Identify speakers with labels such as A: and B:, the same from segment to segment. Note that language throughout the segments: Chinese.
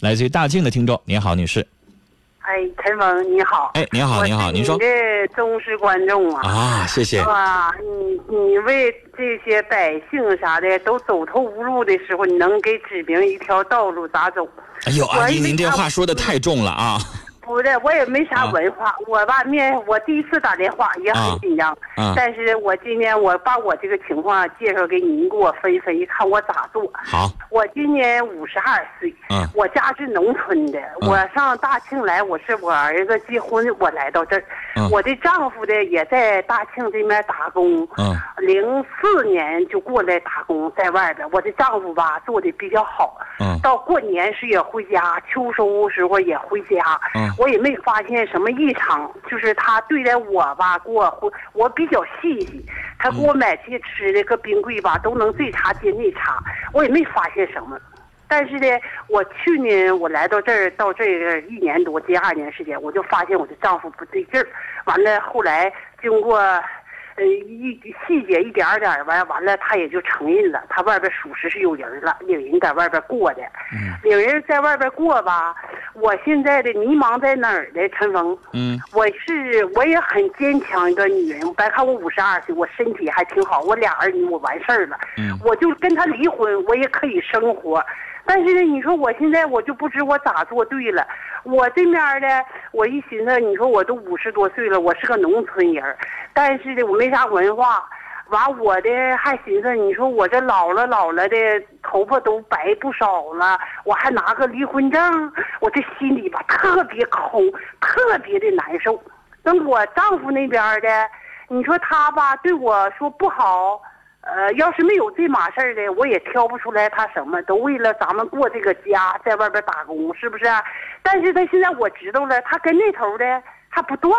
A: 来自于大庆的听众，您好，女士。
B: 哎，陈峰你好。
A: 哎，您好，您好，您说
B: 我是你的忠实观众啊。
A: 啊，谢谢。
B: 哇，你你为这些百姓啥的都走投无路的时候，你能给指明一条道路咋走？
A: 哎呦，阿姨，
B: 我以为
A: 您这
B: 他
A: 话说的太重了啊！
B: 不是，我也没啥文化，我吧面我第一次打电话也
A: 啊
B: 很紧张，
A: 啊
B: 但是我今天我把我这个情况介绍给您，给我分析看我咋做。
A: 好，
B: 我今年五十二岁，
A: 嗯
B: 我家是农村的，
A: 嗯
B: 我上大庆来，我是我儿子结婚，我来到这儿，
A: 嗯
B: 我的丈夫呢也在大庆这边打工，
A: 嗯
B: 零四年就过来打工，在外边，我的丈夫吧做的比较好，
A: 嗯
B: 到过年时也回家，秋收时候也回家，
A: 嗯
B: 我也没发现什么异常，就是他对待我吧，给我回我比较细心，他给我买这些吃的搁冰柜吧都能最查接内查，我也没发现什么。但是呢，我去年我来到这儿，到这个一年多，近二年时间，我就发现我的丈夫不对劲儿。完了，后来经过，呃，一细节一点儿点儿完，完了他也就承认了，他外边属实是有人了，有人在外边过的。
A: 嗯
B: 有人在外边过吧，我现在的迷茫在哪儿呢？陈峰，
A: 嗯
B: 我是我也很坚强一个女人，白看我五十二岁，我身体还挺好，我俩儿女我完事儿了，
A: 嗯
B: 我就跟他离婚，我也可以生活。但是呢，你说我现在我就不知我咋做对了。我这面儿呢，我一寻思，你说我都五十多岁了，我是个农村人儿，但是呢，我没啥文化。完，我的还寻思，你说我这老了老了的，头发都白不少了，我还拿个离婚证，我这心里吧特别空，特别的难受。那我丈夫那边儿的，你说他吧对我说不好，呃，要是没有这码事儿的，我也挑不出来他什么，都为了咱们过这个家，在外边打工，是不是啊、但是他现在我知道了，他跟那头的他不断，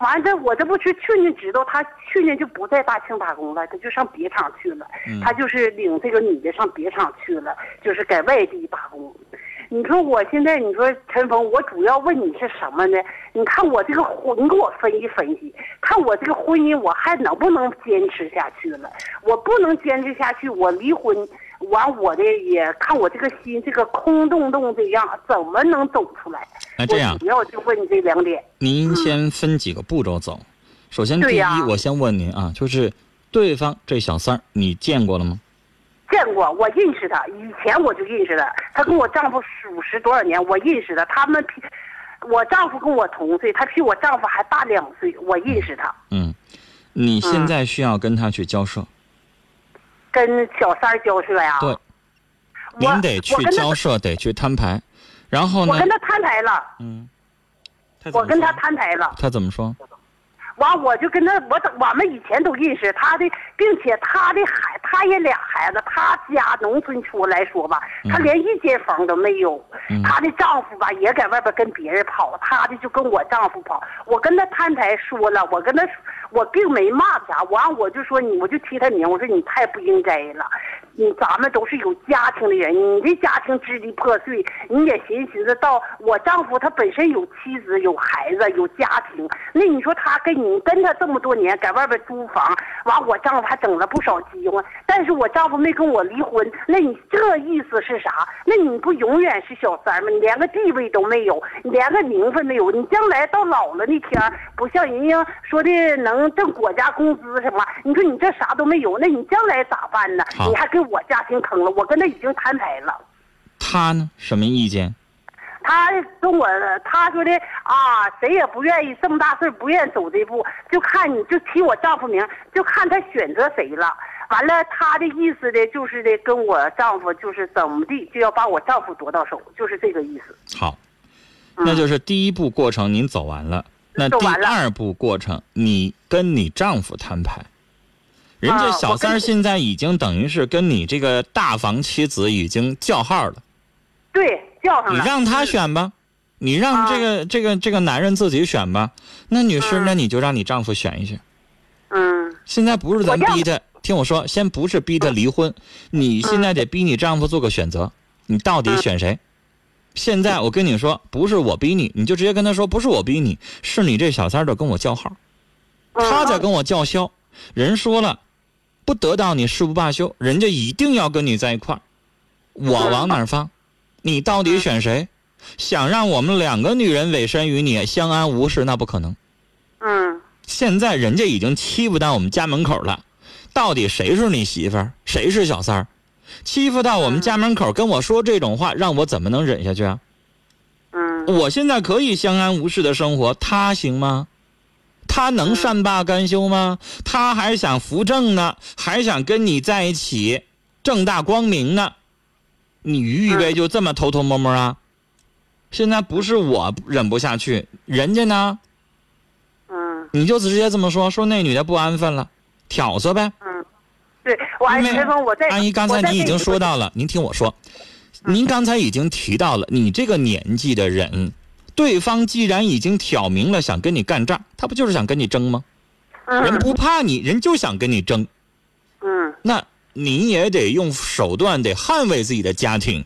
B: 完了这我这不是去年知道，他去年就不在大庆打工了，他就上别厂去了，他就是领这个女的上别厂去了，就是在外地打工。你说我现在，你说陈峰，我主要问你是什么呢？你看我这个婚，你给我分析分析，看我这个婚姻我还能不能坚持下去了？我不能坚持下去，我离婚，完我的也看我这个心这个空洞洞这样，怎么能走出来？
A: 那啊这样
B: 我主要就问你这两点。
A: 您先分几个步骤走。首先，第
B: 对
A: 一
B: 呀，
A: 我先问您啊，就是对方这小三儿，你见过了吗？
B: 见过，我认识他，以前我就认识他。他跟我丈夫属实多少年，我认识他。他们比我丈夫跟我同岁，他比我丈夫还大两岁，我认识他。
A: 嗯，你现
B: 嗯
A: 在需要跟他去交涉，
B: 跟小三儿交涉呀、
A: 对
B: 啊我
A: 您得去
B: 我跟他
A: 交涉，得去摊牌。然后呢
B: 我，跟他摊牌了，
A: 嗯，
B: 我跟他摊牌了。
A: 他怎么说？
B: 完，我就跟他，我都我们以前都认识他的，并且他的孩，他也俩孩子，他家农村出来说吧，他连一间房都没有。
A: 嗯
B: 他的丈夫吧也在外边跟别人跑，他的就跟我丈夫跑。我跟他摊牌说了，我跟他说我并没骂他，完我就说你，我就提他名，我说你太不应该了。你嗯咱们都是有家庭的人，你这家庭支离破碎，你也寻思寻思到我丈夫他本身有妻子、有孩子、有家庭，那你说他跟你跟他这么多年，在外边租房，完我丈夫还整了不少机会，但是我丈夫没跟我离婚，那你这意思是啥？那你不永远是小三儿吗？你连个地位都没有，你连个名分没有，你将来到老了那天儿，不像人家说的能挣国家工资什么，你说你这啥都没有，那你将来咋办呢？
A: 好
B: 你还给我家庭坑了，我跟他已经摊牌了。
A: 他呢？什么意见？
B: 他跟我他说的啊，谁也不愿意这么大岁儿不愿意走这步，就看你就提我丈夫名，就看他选择谁了。完了，他的意思的就是的，跟我丈夫就是怎么地，就要把我丈夫夺到手，就是这个意思。
A: 好，那就是第一步过程您走完了，那
B: 嗯走
A: 第
B: 完了
A: 二步过程你跟你丈夫摊牌。人家
B: 啊
A: 小
B: 我跟
A: 三儿
B: 你
A: 现在已经等于是跟你这个大房妻子已经叫号了，
B: 对，叫上
A: 你
B: 了。
A: 让他选吧，你让
B: 啊
A: 这个、这个这个男人自己选吧。那女士，
B: 嗯
A: 那你就让你丈夫选一选。
B: 嗯，
A: 现在不是咱
B: 我嗯让
A: 逼他，听我说，先不是逼他离婚，你现
B: 嗯
A: 在得逼你丈夫做个选择，你到底选谁？现在我跟你说，不是我逼你，你就直接跟他说，不是我逼你，是你这小三儿的跟我叫号，
B: 嗯
A: 他在跟我叫嚣。人说了，
B: 嗯
A: 不得到你誓不罢休，人家一定要跟你在一块儿，我往哪儿放？你到底选谁？想让我们两个女人委身于你，相安无事，那不可能。
B: 嗯
A: 现在人家已经欺负到我们家门口了，到底谁是你媳妇儿，谁是小三儿？欺负到我们家门口跟我说这种话，让我怎么能忍下去啊？
B: 嗯
A: 我现在可以相安无事的生活，他行吗？他能善罢甘休吗？他还想扶正呢，还想跟你在一起，正大光明呢。你预备就这么偷偷摸摸啊？现在不是我忍不下去，人家呢？
B: 嗯
A: 你就直接这么说，说那女的不安分了，挑唆呗。
B: 嗯，对，我阿姨
A: 因为
B: 陈峰，我再
A: 阿姨，刚才
B: 我再
A: 您已
B: 跟
A: 经
B: 你
A: 说到了，您听我说，
B: 嗯
A: 您刚才已经提到了，你这个年纪的人，对方既然已经挑明了想跟你干仗，他不就是想跟你争吗？人
B: 嗯
A: 不怕你，人就想跟你争，
B: 嗯，
A: 那你也得用手段得捍卫自己的家
B: 嗯
A: 庭，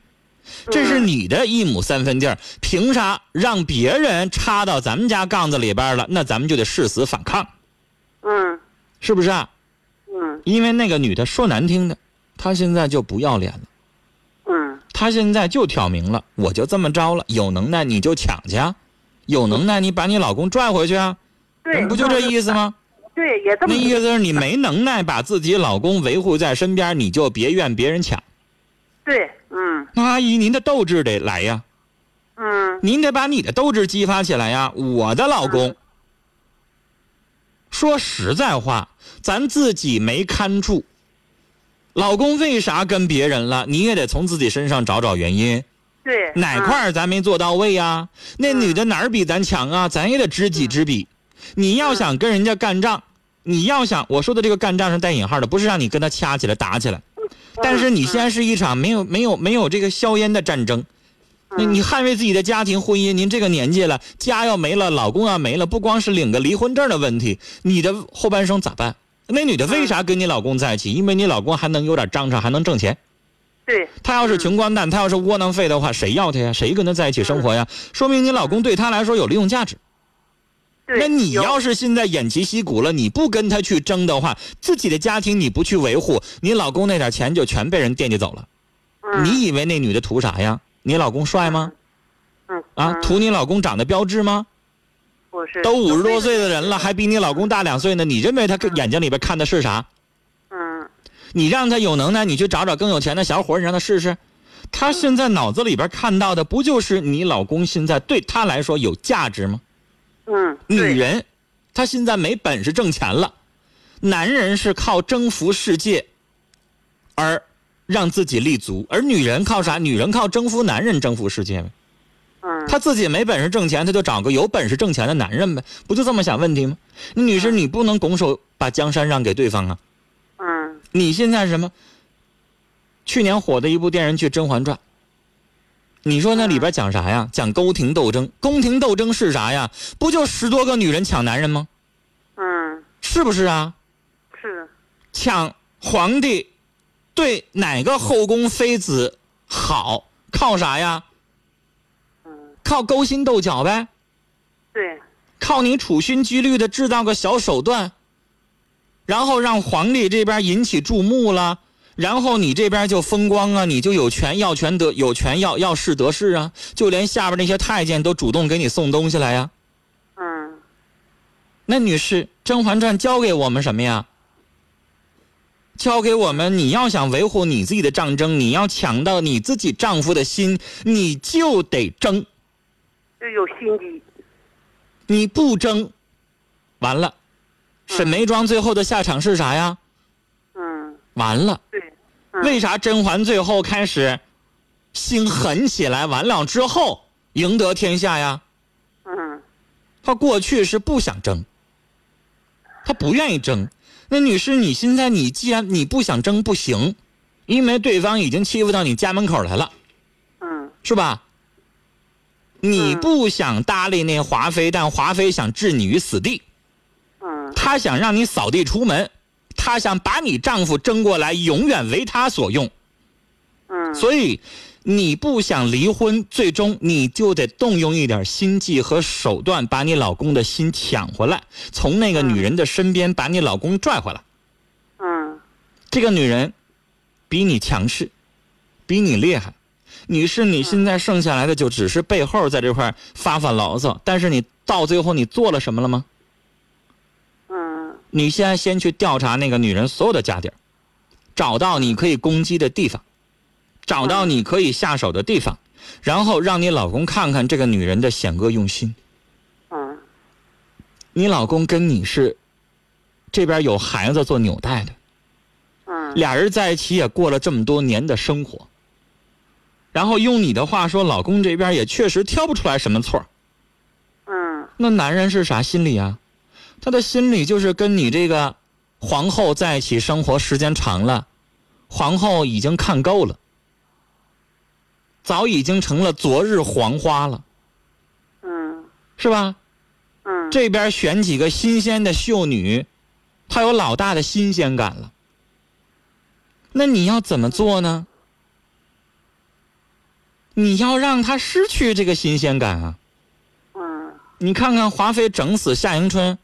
A: 这是你的一亩三分地儿，凭啥让别人插到咱们家杠子里边了？那咱们就得誓死反抗，
B: 嗯
A: 是不是啊？
B: 嗯
A: 因为那个女的说难听的，她现在就不要脸了。
B: 嗯
A: 他现在就挑明了，我就这么着了，有能耐你就抢去啊，有能耐你把你老公拽回去啊，
B: 对，嗯
A: 不就这意
B: 思？
A: 思吗？
B: 对，也这
A: 那
B: 么
A: 意思是你没能耐把自己老公维护在身边，你就别怨别人抢。
B: 对，嗯
A: 那阿姨，您的斗志得来呀，
B: 嗯
A: 您得把你的斗志激发起来呀。我的老公，说实在话，咱自己没看住，老公为啥跟别人了，你也得从自己身上找找原因。
B: 对，嗯
A: 哪块儿咱没做到位呀、那女的哪儿比咱强啊？咱也得知己知彼。你要想跟人家干仗，你要想我说的这个干仗是带引号的，不是让你跟他掐起来打起来。但是
B: 嗯
A: 你现在是一场没有没有没有这个硝烟的战争，
B: 嗯
A: 你你捍卫自己的家庭婚姻，您这个年纪了，家要没了，老公要没了，不光是领个离婚证的问题，你的后半生咋办？那女的
B: 嗯
A: 为啥跟你老公在一起？因为你老公还能有点章程，还能挣钱。
B: 对，
A: 他要是穷光蛋，他要是窝囊废的话，谁要他呀？谁跟他在一起生活
B: 嗯
A: 呀？说明你老公对他来说有利用价值。
B: 对，
A: 那你
B: 有
A: 要是现在偃旗息鼓了，你不跟他去争的话，自己的家庭你不去维护，你老公那点钱就全被人惦记走了。
B: 嗯
A: 你以为那女的图啥呀？你老公帅吗？
B: 嗯
A: 啊，
B: 嗯
A: 图你老公长得标致吗？
B: 不是
A: 都五十多岁的人了，还比你老公大两岁呢，你认为他眼睛里边看的是啥？
B: 嗯
A: 你让他有能耐，你去找找更有钱的小伙儿，你让他试试。
B: 嗯
A: 他现在脑子里边看到的，不就是你老公现在对他来说有价值吗？
B: 嗯，
A: 女
B: 对
A: 人，她现在没本事挣钱了，男人是靠征服世界而让自己立足，而女人靠啥？女人靠征服男人，征服世界呗。
B: 嗯
A: 她自己没本事挣钱，她就找个有本事挣钱的男人呗，不就这么想问题吗？女士，你不能拱手把江山让给对方啊。
B: 嗯
A: 你现在是什么？去年火的一部电视剧《甄嬛传》，你说那里边讲啥呀？讲宫廷斗争。宫廷斗争是啥呀？不就十多个女人抢男人吗？
B: 嗯
A: 是不是啊？
B: 是
A: 抢皇帝，对哪个后宫妃子好？靠啥呀？
B: 嗯
A: 靠勾心斗角呗，
B: 对
A: 靠你处心积虑的制造个小手段，然后让皇帝这边引起注目了，然后你这边就风光啊，你就有权要权得有权要要势得势啊，就连下边那些太监都主动给你送东西来呀、啊
B: 嗯
A: 那女士，《甄嬛传》教给我们什么呀？教给我们，你要想维护你自己的战争，你要抢到你自己丈夫的心，你就得争。
B: 就有心机
A: 你不争，完了，沈眉庄最后的下场是啥呀？
B: 嗯
A: 完了，
B: 对嗯
A: 为啥甄嬛最后开始心狠起来？完了之后赢得天下呀？
B: 嗯
A: 她过去是不想争，她不愿意争。那女士，你现在你既然你不想争不行，因为对方已经欺负到你家门口来了，
B: 嗯
A: 是吧？你不想搭理那华妃，但华妃想置你于死地，
B: 嗯
A: 她想让你扫地出门，她想把你丈夫争过来，永远为她所用。
B: 嗯
A: 所以，你不想离婚，最终你就得动用一点心计和手段，把你老公的心抢回来，从那个女人的身边把你老公拽回来。
B: 嗯
A: 这个女人比你强势，比你厉害，你是你现在剩下来的就只是背后在这块儿发发牢骚，但是你到最后你做了什么了吗？
B: 嗯
A: 你现在先去调查那个女人所有的家底儿，找到你可以攻击的地方，找到你可以下手的地方，然后让你老公看看这个女人的险恶用心。
B: 嗯
A: 你老公跟你是这边有孩子做纽带的，
B: 嗯
A: 俩人在一起也过了这么多年的生活，然后用你的话说，老公这边也确实挑不出来什么错儿。
B: 嗯
A: 那男人是啥心理啊？他的心理就是跟你这个皇后在一起生活时间长了，皇后已经看够了，早已经成了昨日黄花了，
B: 嗯
A: 是吧？
B: 嗯，
A: 这边选几个新鲜的秀女，她有老大的新鲜感了。那你要怎么做呢？你要让她失去这个新鲜感啊！
B: 嗯
A: 你看看华妃整死夏迎春，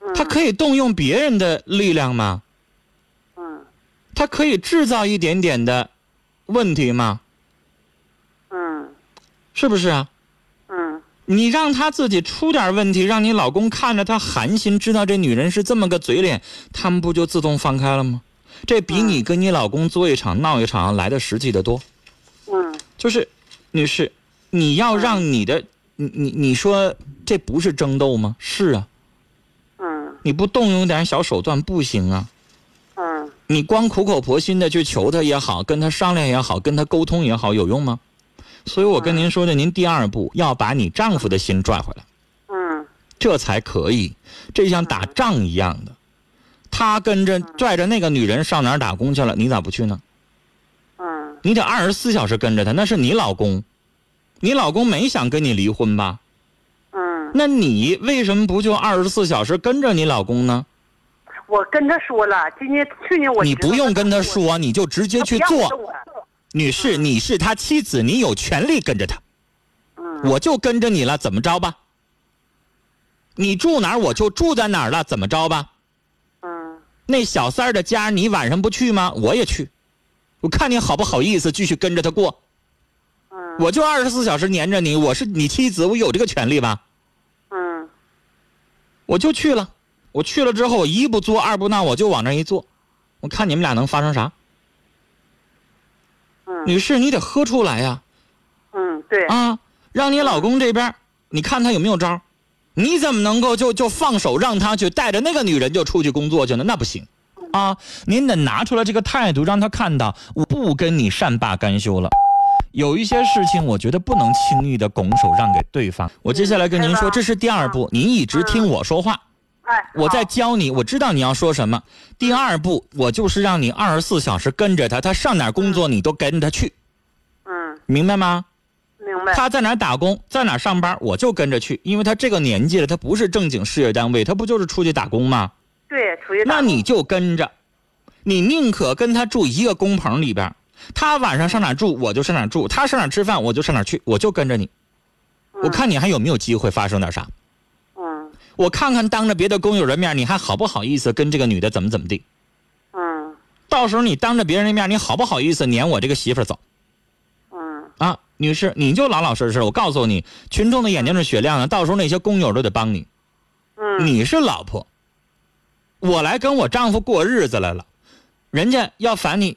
B: 嗯，
A: 她可以动用别人的力量吗？
B: 嗯
A: 她可以制造一点点的问题吗？
B: 嗯
A: 是不是啊？
B: 嗯
A: 你让她自己出点问题，让你老公看着她寒心，知道这女人是这么个嘴脸，他们不就自动放开了吗？这比你跟你老公作一场闹一场来的实际的多。
B: 嗯
A: 就是，女士，你要让你的，你你你说这不是争斗吗？是啊，
B: 嗯
A: 你不动用点小手段不行啊。
B: 嗯
A: 你光苦口婆心的去求他也好，跟他商量也好，跟他沟通也好，有用吗？所以我跟您说的，您第二步要把你丈夫的心拽回来，
B: 嗯
A: 这才可以。这像打仗一样的，他跟着拽着那个女人上哪儿打工去了，你咋不去呢？
B: 嗯
A: 你得二十四小时跟着他，那是你老公，你老公没想跟你离婚吧？
B: 嗯，
A: 那你为什么不就二十四小时跟着你老公呢？
B: 我跟他说了，今年去年我
A: 你不用跟他
B: 他
A: 说，你就直接
B: 不
A: 去
B: 要
A: 做。
B: 动我，
A: 女士，你是他妻子，你有权利跟着他。
B: 嗯
A: 我就跟着你了，怎么着吧？你住哪儿我就住在哪儿了，怎么着吧？
B: 嗯
A: 那小三儿的家你晚上不去吗？我也去，我看你好不好意思继续跟着他过。
B: 嗯
A: 我就二十四小时黏着你，我是你妻子，我有这个权利吧？
B: 嗯
A: 我就去了，我去了之后，我一不作二不闹，我就往那儿一坐，我看你们俩能发生啥？
B: 嗯
A: 女士，你得喝出来呀、
B: 嗯，对，
A: 啊，让你老公这边儿，你看他有没有招儿？你怎么能够就就放手让他去带着那个女人就出去工作去呢？那不行，啊，您得拿出来这个态度，让他看到我不跟你善罢甘休了。有一些事情，我觉得不能轻易的拱手让给对方。我接下来跟您
B: 是嗯
A: 说，
B: 吧
A: 这是第二步，您一直听我说话，
B: 哎，
A: 我
B: 好
A: 在教你，我知道你要说什么。第二步，我就是让你二十四小时跟着他，他上哪儿工作你都跟着他去，
B: 嗯，
A: 明白吗？
B: 明白，
A: 他在哪儿打工，在哪儿上班，我就跟着去，因为他这个年纪了，他不是正经事业单位，他不就是出去打工吗？
B: 对，出去打
A: 那
B: 工
A: 你就跟着，你宁可跟他住一个工棚里边儿，他晚上上哪儿住我就上哪儿住，他上哪儿吃饭我就上哪儿去，我就跟着你，我看你还有没有机会发生点啥，
B: 嗯
A: 我看看当着别的工友人面你还好不好意思跟这个女的怎么怎么地，
B: 嗯
A: 到时候你当着别人的面你好不好意思撵我这个媳妇儿走？
B: 嗯
A: 啊，女士，你就老老实实。我告诉你，群众的眼睛是雪亮的，到时候那些工友都得帮你。
B: 嗯
A: 你是老婆，我来跟我丈夫过日子来了，人家要烦你，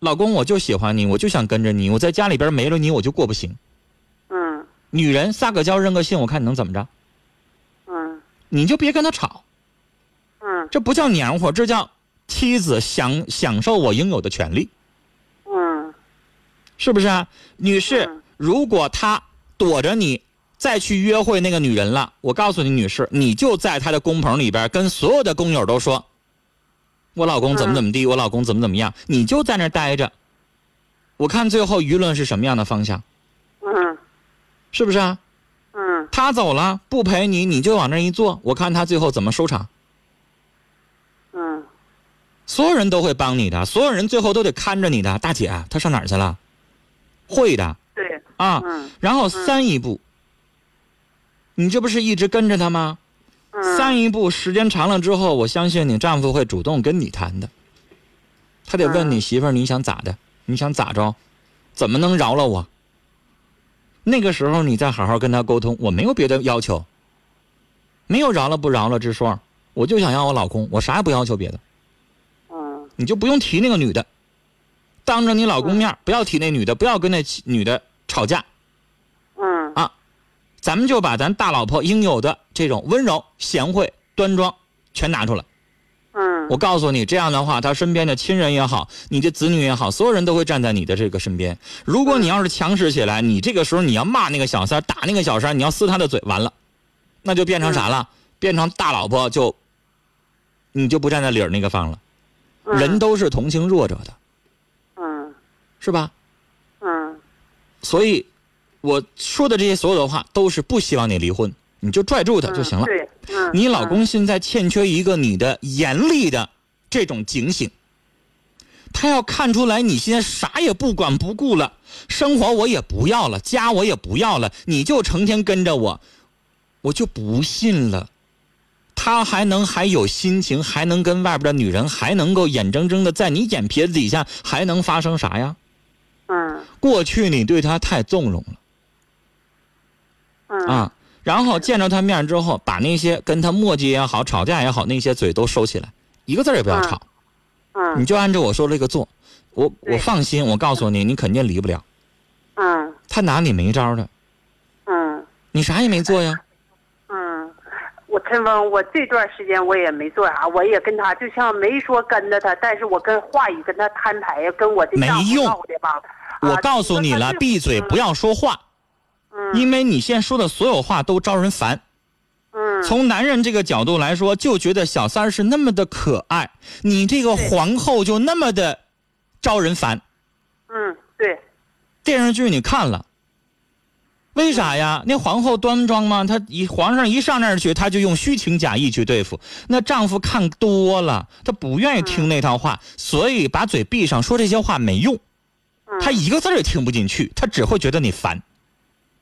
A: 老公我就喜欢你，我就想跟着你，我在家里边没了你我就过不行。
B: 嗯
A: 女人撒个娇认个性，我看你能怎么着？
B: 嗯
A: 你就别跟他吵，
B: 嗯
A: 这不叫黏糊，这叫妻子享享受我应有的权利，
B: 嗯
A: 是不是啊？女士
B: 嗯，
A: 如果他躲着你。再去约会那个女人了，我告诉你，女士，你就在他的工棚里边跟所有的工友都说，我老公怎么怎么地，我老公怎么怎么样，你就在那儿待着，我看最后舆论是什么样的方向，
B: 嗯
A: 是不是啊？
B: 嗯
A: 他走了不陪你，你就往那儿一坐，我看他最后怎么收场。
B: 嗯
A: 所有人都会帮你的，所有人最后都得看着你的，大姐，他上哪儿去了？会的
B: 对，
A: 啊。
B: 嗯
A: 然后三一步，你这不是一直跟着他吗？
B: 嗯
A: 三一步时间长了之后，我相信你丈夫会主动跟你谈的。他得问你媳妇儿，你想咋的？你想咋着？怎么能饶了我？那个时候你再好好跟他沟通，我没有别的要求，没有饶了不饶了之说，我就想要我老公，我啥也不要求别的，
B: 嗯
A: 你就不用提那个女的，当着你老公面儿不要提那女的，不要跟那女的吵架，
B: 嗯
A: 咱们就把咱大老婆应有的这种温柔、贤惠、端庄全拿出来。
B: 嗯
A: 我告诉你，这样的话，他身边的亲人也好，你的子女也好，所有人都会站在你的这个身边。如果你要是强势起来，你这个时候你要骂那个小三儿，打那个小三儿，你要撕他的嘴，完了，那就变成啥了？变成大老婆就，你就不站在理儿那个方了。
B: 嗯
A: 人都是同情弱者的，
B: 嗯
A: 是吧？
B: 嗯
A: 所以，我说的这些所有的话，都是不希望你离婚，你就拽住他就行了。
B: 对，嗯，
A: 你老公现在欠缺一个你的严厉的这种警醒，他要看出来你现在啥也不管不顾了，生活我也不要了，家我也不要了，你就成天跟着我，我就不信了。他还能还有心情，还能跟外边的女人，还能够眼睁睁的在你眼皮子底下，还能发生啥呀？
B: 嗯
A: 过去你对他太纵容了。
B: 嗯
A: 啊，然后见着他面之后，把那些跟他磨叽也好、吵架也好，那些嘴都收起来，一个字儿也不要吵，
B: 嗯
A: 你就按照我说这个做。我我
B: 对
A: 放心，我告诉你，你肯定离不了，
B: 嗯
A: 他拿你没招儿的，
B: 嗯。
A: 你啥也没做呀。
B: 嗯，我陈峰，我这段时间我也没做啥，我也跟他就像没说跟着他，但是我跟话语跟他摊牌呀，跟我这
A: 没
B: 丈夫
A: 用
B: 闹的吧。啊
A: 我告诉你了，闭嘴，
B: 嗯
A: 不。要说话，因为你现在说的所有话都招人烦。
B: 嗯
A: 从男人这个角度来说，就觉得小三儿是那么的可爱，你这个
B: 对
A: 皇后就那么的招人烦。
B: 嗯，对，
A: 电视剧你看了，为啥呀？那皇后端庄吗？她一皇上一上那儿去，她就用虚情假意去对付。那丈夫看多了，他不愿意听那套话，所以把嘴闭上，说这些话没用。
B: 嗯
A: 他一个字儿也听不进去，他只会觉得你烦。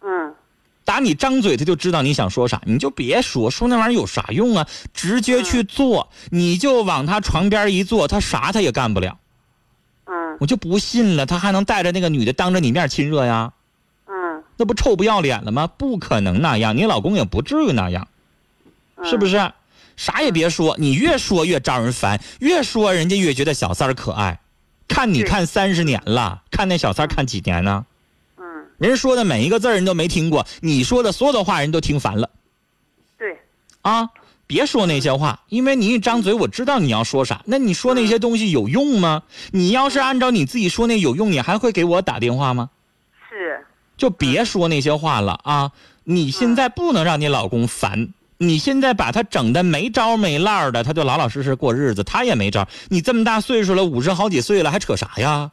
B: 嗯
A: 打你张嘴，他就知道你想说啥，你就别说，说那玩意儿有啥用啊？直接去做，你就往他床边一坐，他啥他也干不了。
B: 嗯
A: 我就不信了，他还能带着那个女的当着你面亲热呀？
B: 嗯，
A: 那不臭不要脸了吗？不可能那样，你老公也不至于那样，
B: 嗯
A: 是不？是？啥也别说，你越说越招人烦，越说人家越觉得小三儿可爱。看你
B: 是
A: 看三十年了，看那小三儿看几年呢？
B: 嗯，
A: 人说的每一个字儿人都没听过，你说的所有的话人都听烦了
B: 对，
A: 啊！别说那些话，因为你一张嘴，我知道你要说啥。那你
B: 嗯
A: 说那些东西有用吗？你要是按照你自己说那有用，你还会给我打电话吗？
B: 是，
A: 就别说那些话了啊！你现在不能让你老公烦，你现在把他整的没招没落儿的，他就老老实实过日子，他也没招儿。你这么大岁数了，五十好几岁了，还扯啥呀？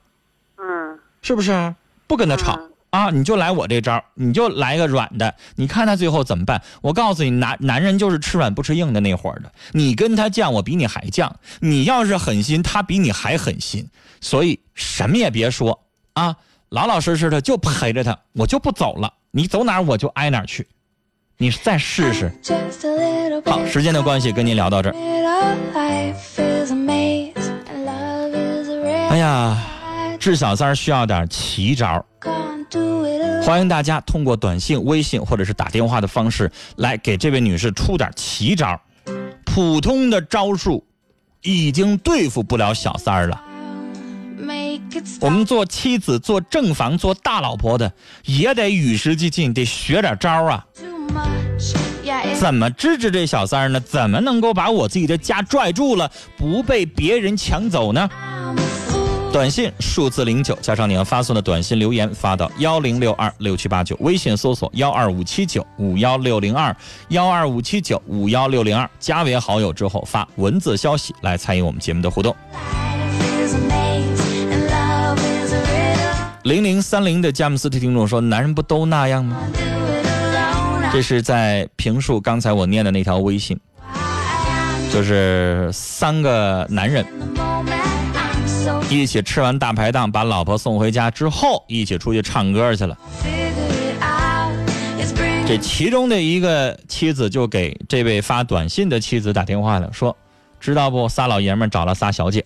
B: 嗯，
A: 是不是？不跟他吵
B: 嗯
A: 啊！你就来我这招儿，你就来个软的，你看他最后怎么办？我告诉你，男男人就是吃软不吃硬的那伙儿的。你跟他犟，我比你还犟；你要是狠心，他比你还狠心。所以什么也别说啊，老老实实的就陪着他，我就不走了。你走哪儿我就挨哪儿去，你再试试。
C: 好，时间的关系，跟您聊到这儿。
A: 哎
C: 哎呀，
A: 呀，治小三儿需要点儿奇招儿。
C: 欢
A: 欢迎大家通过短信、微信或者是打电话的方式来给这位女士出点奇招。普通的招数已经对付不了小三儿了，我
C: 我们
A: 们做妻子、做正房、做大老婆的也得与时俱进，得学点招啊！怎么支持这小三儿呢？怎么能够把我自己的家拽住了，不被别人抢走呢？短信数字零九加上你要发送的短信留言发到幺零六二六七八九，微信搜索幺二五七九五幺六零二幺二五七九五幺六零二，加为好友之后发文字消息来参与我们节目的互动。零零三零的詹姆斯特听众说：“男人不都那样吗？”这是在评述刚才我念的那条微信，就是三个男人一起吃完大排档，把老婆送回家之后，一起出去唱歌去了。这其中的一个妻子就给这位发短信的妻子打电话了，说：“知道不？仨老爷们儿找了仨小姐。”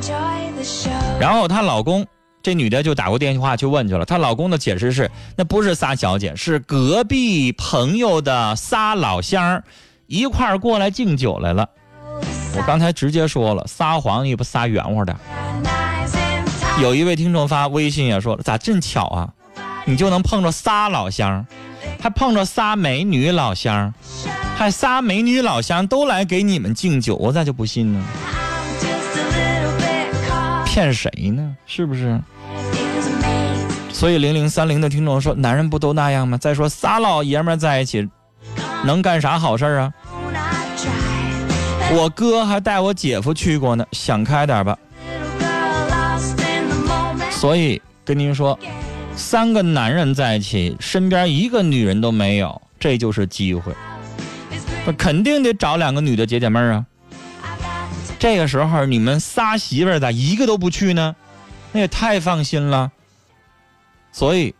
C: 这，然后
A: 然后她老公，这女的就打过电话去问去了，她老公的解释是，那不是仨小姐，是隔壁朋友的仨老乡儿一块儿过来敬酒来了。我
C: 我
A: 刚
C: 刚
A: 才直接说了，撒谎也不撒圆乎的。有一位听众发微信也说了，咋真巧啊？你就能碰着仨老乡儿，还碰着仨美女老乡儿，还仨美女老乡都来给你们敬酒，我咋就不信呢？骗谁呢？是不是？所以零零三零的听众说，男人不都那样吗？再说仨老爷们儿在一起能干啥好事儿啊？我哥还带我姐夫去过呢，想开点吧。所以跟您说，三个男人在一起，身边一个女人都没有，这就是机会。那肯定得找两个女的解解闷儿啊。这个时候你们仨媳妇儿咋一个都不去呢？那也太放心了。所以，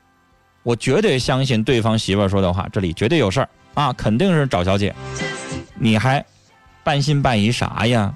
A: 我绝对相信对方媳妇儿说的话，这里绝对有事儿啊，肯定是找小姐。你还半信半疑啥呀？